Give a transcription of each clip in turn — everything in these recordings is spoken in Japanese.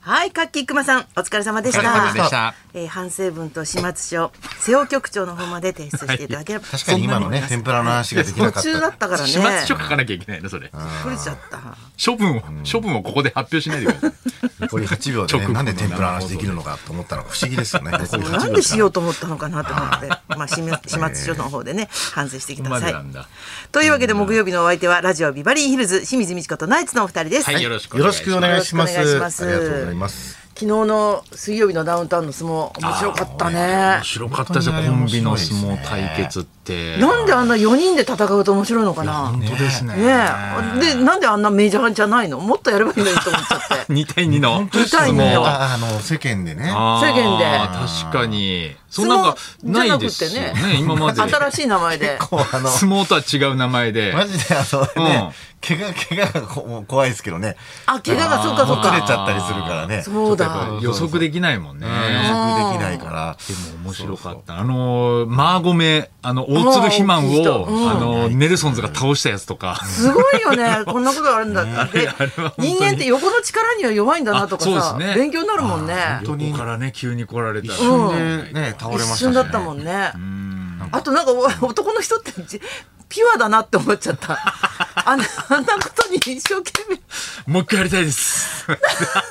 はい、カッキーくまさん、お疲れ様でした。お疲れ様でしたえー反省文と始末書、瀬尾局長の方まで提出していただければ。確かに今のね、天ぷらの話ができなか途った。中だったからね。始末書書かなきゃいけないのそれ取れちゃった。処分を処分をここで発表しないでください残り8秒で直後ね、のなんで天ぷらの話できるのかと思ったのが不思議ですよね。残り8秒なんでしようと思ったのかなと思って、まあ、始末始末書の方でね、反省してくこだこまさでいな。んだというわけで、木曜日のお相手は、ラジオビバリーヒルズ、清水美智子とナイツのお二人です。はいよ昨ろしくよろしくお願いしま。よろしくお願いしますすありがとうございます。日の水曜日のダウンタウンの相撲、面白かったね面。白かったですよコンビの相撲対決ってなんであんな4人で戦うと面白いのかな。本当ですねねえ。で、なんであんなメジャーじゃないのもっとやればいいのにと思っちゃって。 2対2の本当です痛いよねね。ああの、世間でね。あ世ー間確かにそんなんかないですよ相撲じゃなくてね今まで新しい名前で。こう、あの、相撲とは違う名前でマジであのね、怪我、怪我がこうもう怖いですけどね。あ、怪我がそうかそうもうか。取れちゃったりするからね。そうだちょっとやっぱ予測できないもんね予測できないから。でも面白かった。あのー、マーゴメ、あの、大鶴肥満あーを、うんあのー、ネルソンズが倒したやつとか。すごいよね。こんなことあるんだって。であれは本当に人間って横の力には弱いんだなとかあさ、そうですね勉強になるもんね。当に横からね、急に来られたら。一瞬でね、倒れま一したし瞬ねだったもんね。あとなんかお男の人ってじピュアだなって思っちゃった。あんなあんなことに一生懸命、もう一回やりたいです。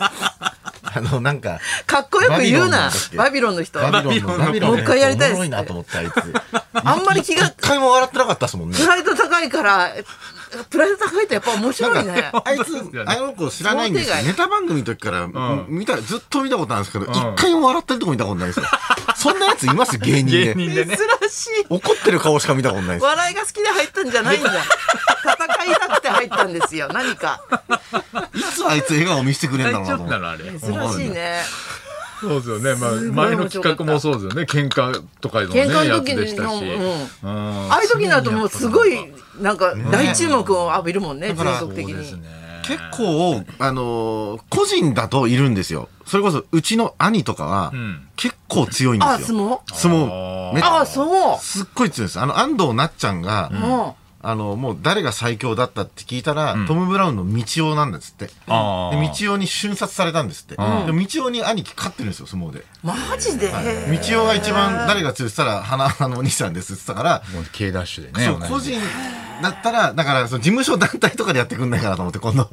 あの、なんか、かっこよく言うな。ババビロンの人。バビロンの、ババビビロロンのもう一ンの回やりたいでおもすろいなと思 った、あいつ。あんまり気が一、回も笑ってなかったですもんねプ。ライド高いから、プライド高いとやっぱ面な白いんね。か、あい本当ですつよ、ねあの子知らないんです想定よ。外ネタ番組の時から、ん見た、ずっと見たことあるんですけど、ん一、回も笑ってるとこ見たことないですよ。そんなやついます芸人芸で。人で珍ね。しい。怒ってる顔しか見たことないです。笑いが好きで入ったんじゃないんだ。戦いたくて入ったんですよ。何か。いつあいつ笑顔見せてくれるん大だろう丈なと夫思なのあれ。って。珍しいね。そうですよね。まあ、すごい前の企画もそうですよね。喧嘩とかのね、喧嘩のやつ時でしたの、し。うんあああいう時になるともうすごい、なんか大注目を浴びるもんね、全だから国的そうですに。ね。結構、あのー個人だといるんですよ。それこそ、うちの兄とかは、ん結構強いんであ、す相よ。撲相あ撲。ーめっあ、そう。すっごい強いです。あの、安藤なっちゃんが、うん。あの、もう誰が最強だったって聞いたら、トム・ブラウンの道夫なんですって。であー道夫に瞬殺されたんですって。でも道夫に兄貴勝ってるんですよ、相撲で。マジで。道夫が一番誰が強いって言ったら、花々のお兄さんですって言ってたから、もう K ダッシュでね。そう、同じ個人だったら、だから、その事務所団体とかでやってくんないかなと思って、今 度。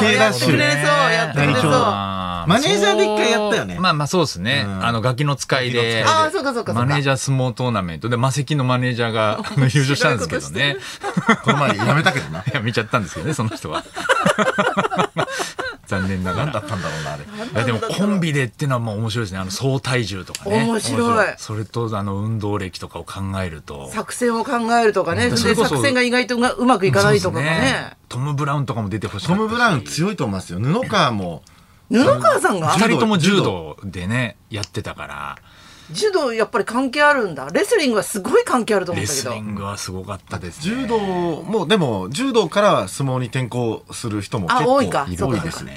K ダッやっシてくれュ。そうやってくれそうあマネージャーで一回やったよねまあまあそうですね。あの、ガキの使いで。ガキの使いでああ、そうかそうかそうマネーか。ジャー相撲トーナメントで、魔石のマネージャーがあの優勝したんですけどね。この前やめたけどな。いや、見ちゃったんですけどね、その人は。 残念なが何だら。ったんだろうな、あれ。いやでもコンビでっていうのはもう面白いですね。あの総体重とかね。面白い。それとあの運動歴とかを考えると。作戦を考えるとかね。で、それこそ作戦が意外とうまうまくいかないとかもね。。トム・ブラウンとかも出てほしい。トム・ブラウン強いと思いますよ。布川も。布川さんが二人とも柔柔道道でね、やってたから。柔道やっぱり関係あるんだ。レスリングはすごい関係あると思うレんだけスど。リングはすごかったですね。柔道も、でも、柔道から相撲に転向する人も結あ構多いいかるそうか多いですね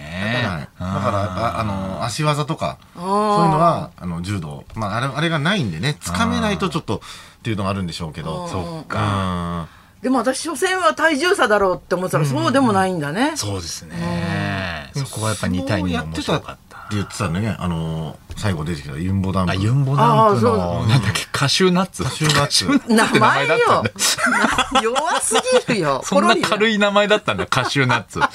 はい、だからあ、あの、足技とか、あそうーいうのは、あの、柔道。まあ、あれ、あれがないんでね、掴めないとちょっと、っていうのがあるんでしょうけど。そっか。でも私、所詮は体重差だろうって思ってたら、そうでもないんだね。そうですね。そこはやっぱ2対2が面白かった。って言ってたんだよね、あの、最後出てきたユンボダンプ。あ、ユンボダンプあーその、うなんだっけ、カシューナッツ。カシューナッツカシューナッツっ名て名前前だよったんだ。な 弱すぎるよ。 そんなポロ軽リい名前だったんだ、カシューナッ ツ。な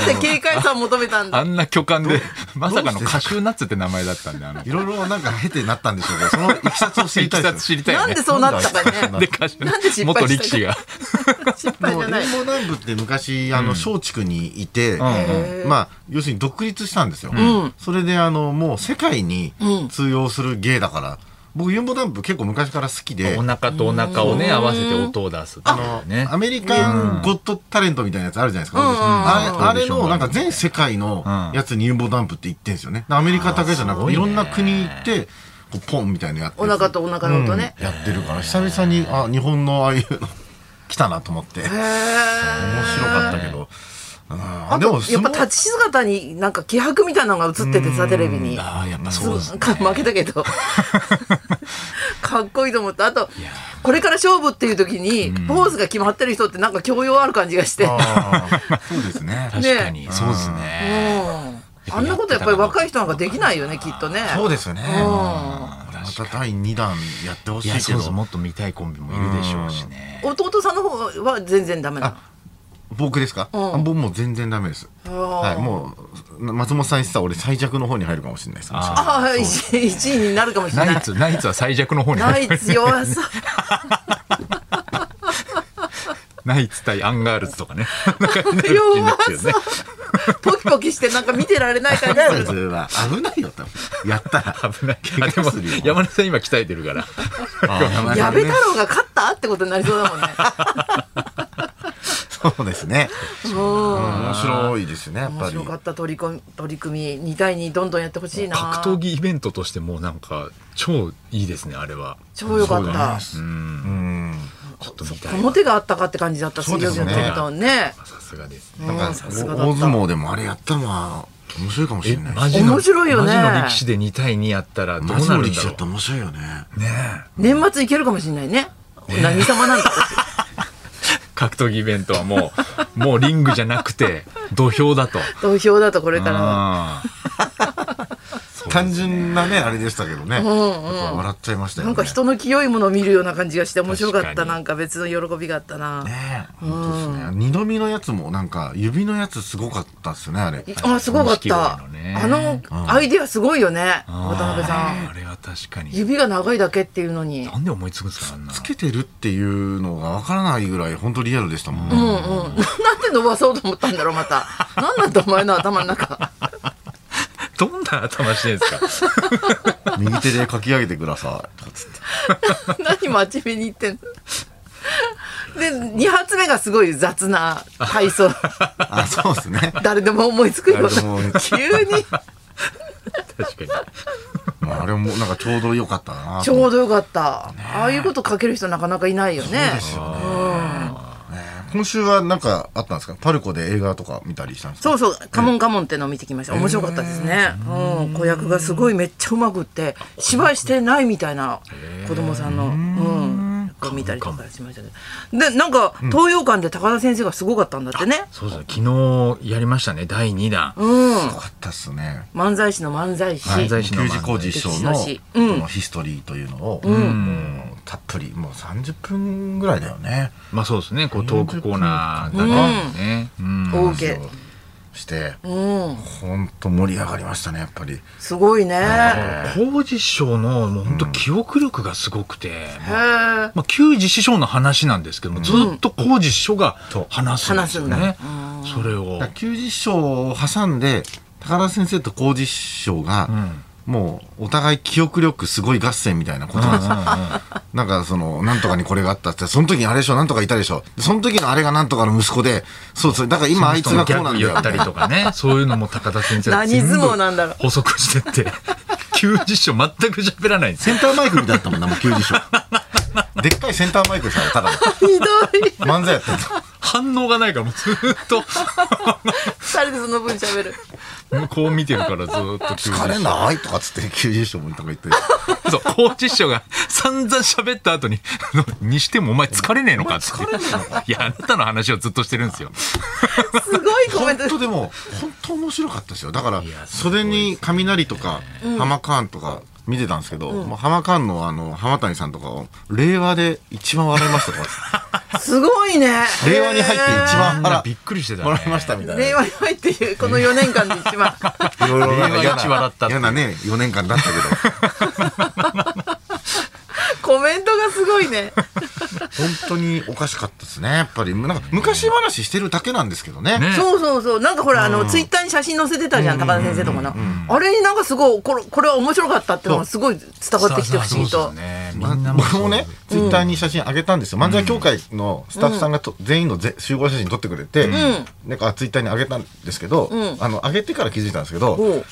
んで警戒さを求めたんあだ。んな巨漢で、まさかどうのしてカシューナッツって名前だったんだ、あのい。ろいろなんか経てなったんでしょうけど、そのいきさつを知いりたきいでさすよつ知りたいよなんねで。そうなったかね。で、カシューナなんでッ失敗したツ。元力士が。失敗じゃない。もう南部って昔あの松竹にいて、まあ要するに独立したんですよ、それであのもう世界に通用する芸だから僕ユンボダンプ結構昔から好きでお腹とお腹をね、合わせて音を出すっていうあのねア。メリカンゴッドタレントみたいなやつあるじゃないですか、あれあれのなんか全世界のやつにユンボダンプって行ってんですよねアメリカだけじゃなくていろんな国行ってこうポンみたいなのやってお腹とお腹の音ね。やってるから久々にあ日本のああいうの来たなと思って面白かったけど、うんあでもと、やっぱ立ち姿になんか気迫みたいなのが映っててさ、テレビに。ああ、やっぱそうですね。か負けたけ どかっこいいと思ったあとこれから勝負っていう時にポーズが決まってる人ってなんか教養ある感じがして あーそうですね。確かに。そうですね。うんあんなことやっぱり若い人なんかできないよねきっとねそうですよね。うんまた第2弾やってほしいいやけそうそうど、もっと見たいコンビもいるでしょうしね弟さんの方は全然ダメなの僕ですか、うんあ僕もう全然ダメです。あーはい、もう、松本さん言ってたら俺最弱の方に入るかもしれないです。あああ1位になるかもしれなナイいツナイツは最弱の方にナ入るイツ弱そう ナイツ対アンガールズとか ね弱そうポキポキしてなんか見てられない感じすそるれは危ないよ、多分。 やったら。危ないあで怪我もするよ山根さん今鍛えてるからあ矢部太郎が勝ったってことになりそうだ もんねそうですね。うん面白いですね、やっ面ぱり白。かった取り込み取り組み2対2どんどんやってほしいな格闘技イベントとしてもうなんか超いいですねあれは超良かそうっただねそううん。ちょっと見たこいの手があったかって感じだったそう水で曜す日のテレね東ねさすがですうねんなんか、さおすがだ大っ相た撲でもあれやったのは面白いかもしれないです。ジ面白いよねマジの力士で2対2やったらどうなマジのるん力だ士ろだうったら面白いよね。ね年末いけるかもしれないね何様なんだ 私え格闘技イベントはも うもうリングじゃなくて土俵だと投票だとこれからは単純なね、あれでしたけどね。やっぱ笑っちゃいましたよなね。んか人の清いものを見るような感じがして面白かっ確かたになんか別の喜びがあったな、ねえ本当ですね。二度見のやつもなんか、指のやつすごかったっすね、あれ。あすごかった、錦鯉のねあのんアイディアすごいよねうん渡辺さんあれは確かに指が長いだけっていうのになんで思いつくんですかあんなつけてるっていうのがわからないぐらい本当リアルでしたもんうんうね。んなんで伸ばそうと思ったんだろうまたなんなんだお前の頭の 中どんな頭してんです か右手でかき上げてください。とかつって。何真面目に言ってんので2発目がすごい雑な体 操あ、そうですね。誰でも思いつくような誰でも思いつ急 に確かまあ、あれもなんかちょうど良かったなちと思ょって。うどよかったああいうこと書ける人なかなかいないよねそうですよね。ねえ今週はなんかあったんですかパルコで映画とか見たりしたんですかそうそう「カモンカモン」ってのを見てきました面白かったですね、うん、子役がすごいめっちゃうまくって芝居してないみたいな子供さんのうんが見たりとかしましたけどでなんか東洋館で高田先生がすごかったんだってねにそうですね昨日やりましたね第2弾うんよかったっすね。漫才師の漫才師、漫才師の球児工事師匠の歴史の詩うんそのヒストリーというのを、うんたっぷり、もう30分ぐらいだよね。まあそうですねこうトークコーナーだね、うん大受けして、うんほんと盛り上がりましたね、やっぱり。すごいねへ工事師匠のもう本当記憶力がすごくて、えまあ、球児師匠の話なんですけども、ずっと工事師匠が話すんですよね話すん。それを。球児師匠を挟んで、高田先生と工事師匠が、んもうお互い記憶力すごい合戦みたいなことなんですよなんかその、なんとかにこれがあったって、その時にあれでしょ、なんとかいたでしょ。その時のあれがなんとかの息子で、そうそう、だから今あいつがこうなんだギャグよ言。ったりとか ね、そういうのも高田先生が何全相部撲なんだろう補足し てって、球児師匠全く喋らないんですよ。センターマイクみたいだったもんな、もう球児師匠。 でっかいセンターマイクでしたよ、ただの。ひどい漫才やってんの反応がないからもうずっ2人でその分喋ると、こう見てるからずっと球疲れ児ないとかっつって、球児師匠もなんか言って。そう、工事師匠が散々喋った後に、 あのにしてもお前疲れねえの かって。いや、あなたの話をずっとしてるんですよ。すごいコメ本ント当でも、本当面白かったですよ。だからいや、すごい袖に雷とか、ハマカーンとか見てたんですけど、もうハマカーンのあの、浜谷さんとかを、令和で一番笑いましたとか、すごいね令和に入って一み番ん腹なびっくりしてたね。もらいましたみたいな。令和に入っていうこの4年間で一 番いろいろなんか嫌令和一笑ったなって嫌なね、4年間だったけコメントがすごいねど、本当におかしかったですね。やっぱり、なんか昔話してるだけなんですけどね。ねそうそうそうなんかほらあのツイッターに写真載せてたじゃん高田先生とかのあれになんかすごいこれこれは面白かったっていうのがすごい伝わってきて不思議そうとですねみまんなも僕そうもね、ツイッターに写真あげたんですよ。漫才協会のスタッフさんがと、全員のぜ集合写真撮ってくれて、なんかツイッターにあげたんですけど、んあの、上げてから気づいたんですけど、おう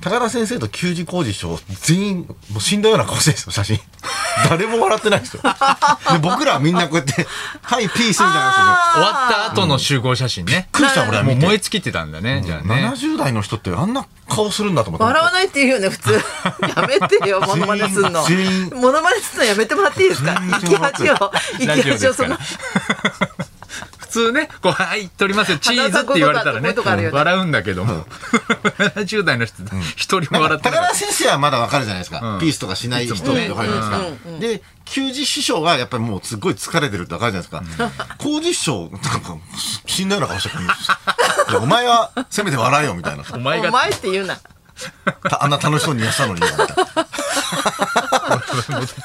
高田先生と給仕工事師匠全員もう死んだような顔してるんですよ写真 誰も笑ってないん ですよで僕らはみんなこうやって「はいピース」みたいな終わった後の集合写真ね。びっくりした俺は見もうて燃え尽きてたんだね、じゃあねや。つですよ70代の人ってあんな顔するんだと思って笑わないって言うよね普通やめてよモノマネすんの全員全員モノマネすんのやめてもらっていいですか全員生き恥をラ生ジきオで恥をすそかのら。普通ね、こう、はい、取りますよ、チーズって言われたらね、 鼻とかこういうとこあるよね笑うんだけども、70代の人、一人も笑って高なかっ田先生はまだわかるじゃないですか、うんピースとかしない人ってわかるじゃないですか、で旧字師匠はやっぱりもうすっごい疲れてるってわかるじゃないですか工事師匠なんか死んだような顔してくるんですよいやお前はせめて笑えよみたいなた。おお前が、前って言うな。たあんな楽しそうにやって たのにみたいな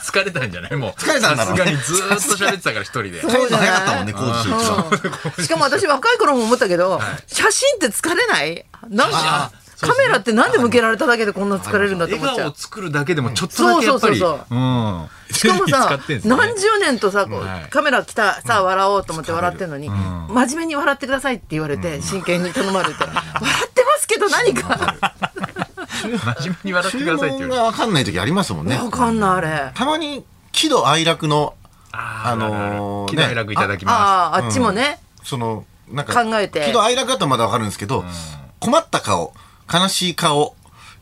疲れたんじゃないもう。疲れたんだろうねさすがにずーっと喋ってたから、一人で。そうじゃない早かったもんね工事師匠一番しかも私若い頃も思ったけど、写真って疲れないなんかあ、カメラってなんで向けられただけでこんな疲れるんだと思笑っちゃ顔うを。作るだけでも、ちょっとだけやっぱり。そうそうそううん。しかも使さってんですね何十年とさこうはいカメラ来たさ笑おうと思って笑ってるのに真面目に笑ってくださいって言われて真剣に頼まれ て笑ってますけど何か真面目に笑ってく注ださいって文言がわわかんない時ありますもんねわかんないあれたまに喜怒哀楽のあーあのー喜怒哀楽いただきまあああっちもねそのなんか考えて喜怒哀楽だとまだわかるんですけど、困った顔悲しい顔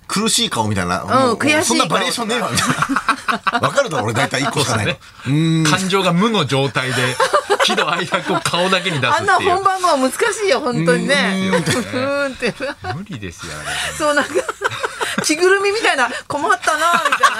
苦しい顔みたいな、もう悔しい顔そんなバリエーションね えわみたいなわかるだろ俺大体一個しかないのうーんす。感情が無の状 態で、喜怒哀楽を顔だけに出すあんなっていう本。番は難しいよ本当にねうーんふーんって無理ですよ、あれ。そう なんか着ぐるみみたいな困ったなみたい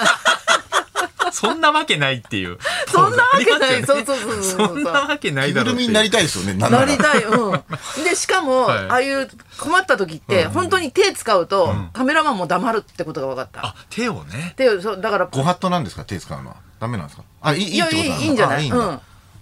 なそんなわけないっていう。そんなわけないありますよねそうそうそうそうそんなわけない着だぐろるうっていみうになりたいですよねなんななりらたい、 うん。で、しかも、はいああいう困った時って、本当に手使うと、カメラマンも黙るってことが分かった。あ、手をね。手を、そう、だから、ご法度なんですか手使うのはダメなんですかあいいいいいっや、ていこといなのいいんじゃなあいんうだん。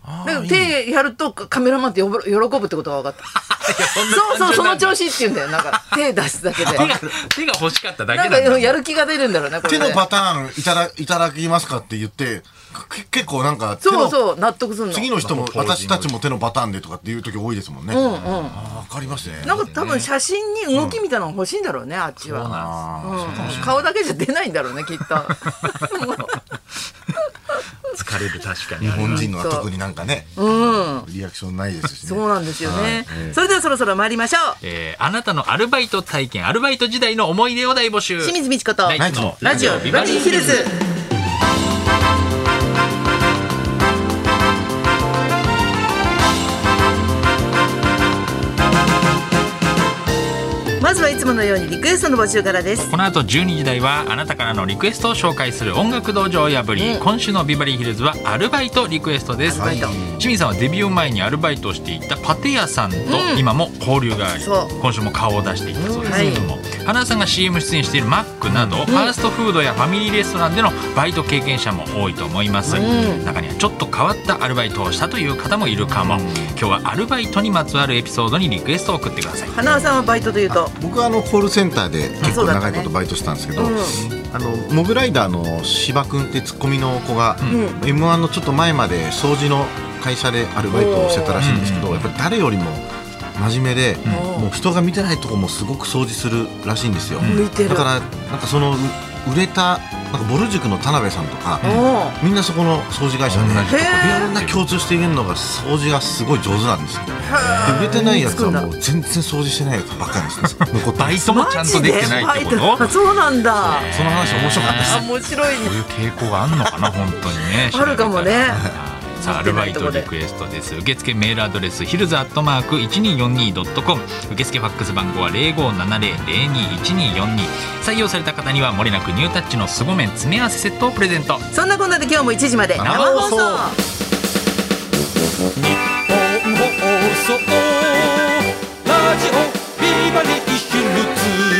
あだけいどい手やるとカメラマンって喜ぶ喜ぶってことが分かった。 そうそう、その調子。子って言うんだよ。なんか、手出すだけで。手が、手が欲しかっただなけんか、なんだ。やる気が出るんだろうな、これ手ね、のパターンいただいただきますかって言ってけ結構なんか手そのうそう、納得するの。次の人もポージング私たちも手のパターンでとかっていう時多いですもんね、うんうんあ分かりますねなんか多分写真に動きみたいなの欲しいんだろうね、あっちは。あーうん、顔だけじゃ出ないんだろうね、きっ と。もう疲れる、確かに。日本人のは特になんかね、リアクションないですしね。そうなんですよね。それではそろそろ参りましょう。えー、あなたのアルバイト体験、アルバイト時代の思い出を大募集。清水美智子とナイツのラジオビバリーヒルズ。まずはいつものようにリクエストの募集からです。この後12時台はあなたからのリクエストを紹介する音楽道場破り、今週のビバリーヒルズはアルバイトリクエストですアルバイト清水さんはデビュー前にアルバイトをしていたパテ屋さんと今も交流があり、そう今週も顔を出していたそうですけれども、花さんが CM 出演しているマックなど、ファーストフードやファミリーレストランでのバイト経験者も多いと思います、中にはちょっと変わったアルバイトをしたという方もいるかも今日はアルバイトにまつわるエピソードにリクエストを送ってください花輪さんはバイトというと、僕はあのコールセンターで結そう構だった長ねいことバイトしてたんですけど、あのモグライダーの芝君ってツッコミの子が、M1 のちょっと前まで掃除の会社でアルバイトをしてたらしいんですけど、やっぱり誰よりも真面目で、もう人が見てないとこもすごく掃除するらしいんですよ。向いてるだからなんかその売れたなんかボル塾の田辺さんとか、おうみんなそこの掃除会社で同じとへこーみんな共通して言えるのが掃除がすごい上手なんですよで売れてないやつはもう全然掃除してないやつばっかりですね残ってバるイトもちゃんとできてないっマジてことでバイトそうなんだ。その話面白かったですあ、面白いねこういう傾向があるのかな本当にね あるかもね調べたらはいさあアルバイトリクエストです受付メールアドレスヒルズアットマーク 1242.com 受付ファックス番号は0570021242採用された方にはもれなくニュータッチの凄麺詰め合わせセットをプレゼントそんなこんなで今日も1時まで生生放放送送放送ラジオビバリーヒルズ」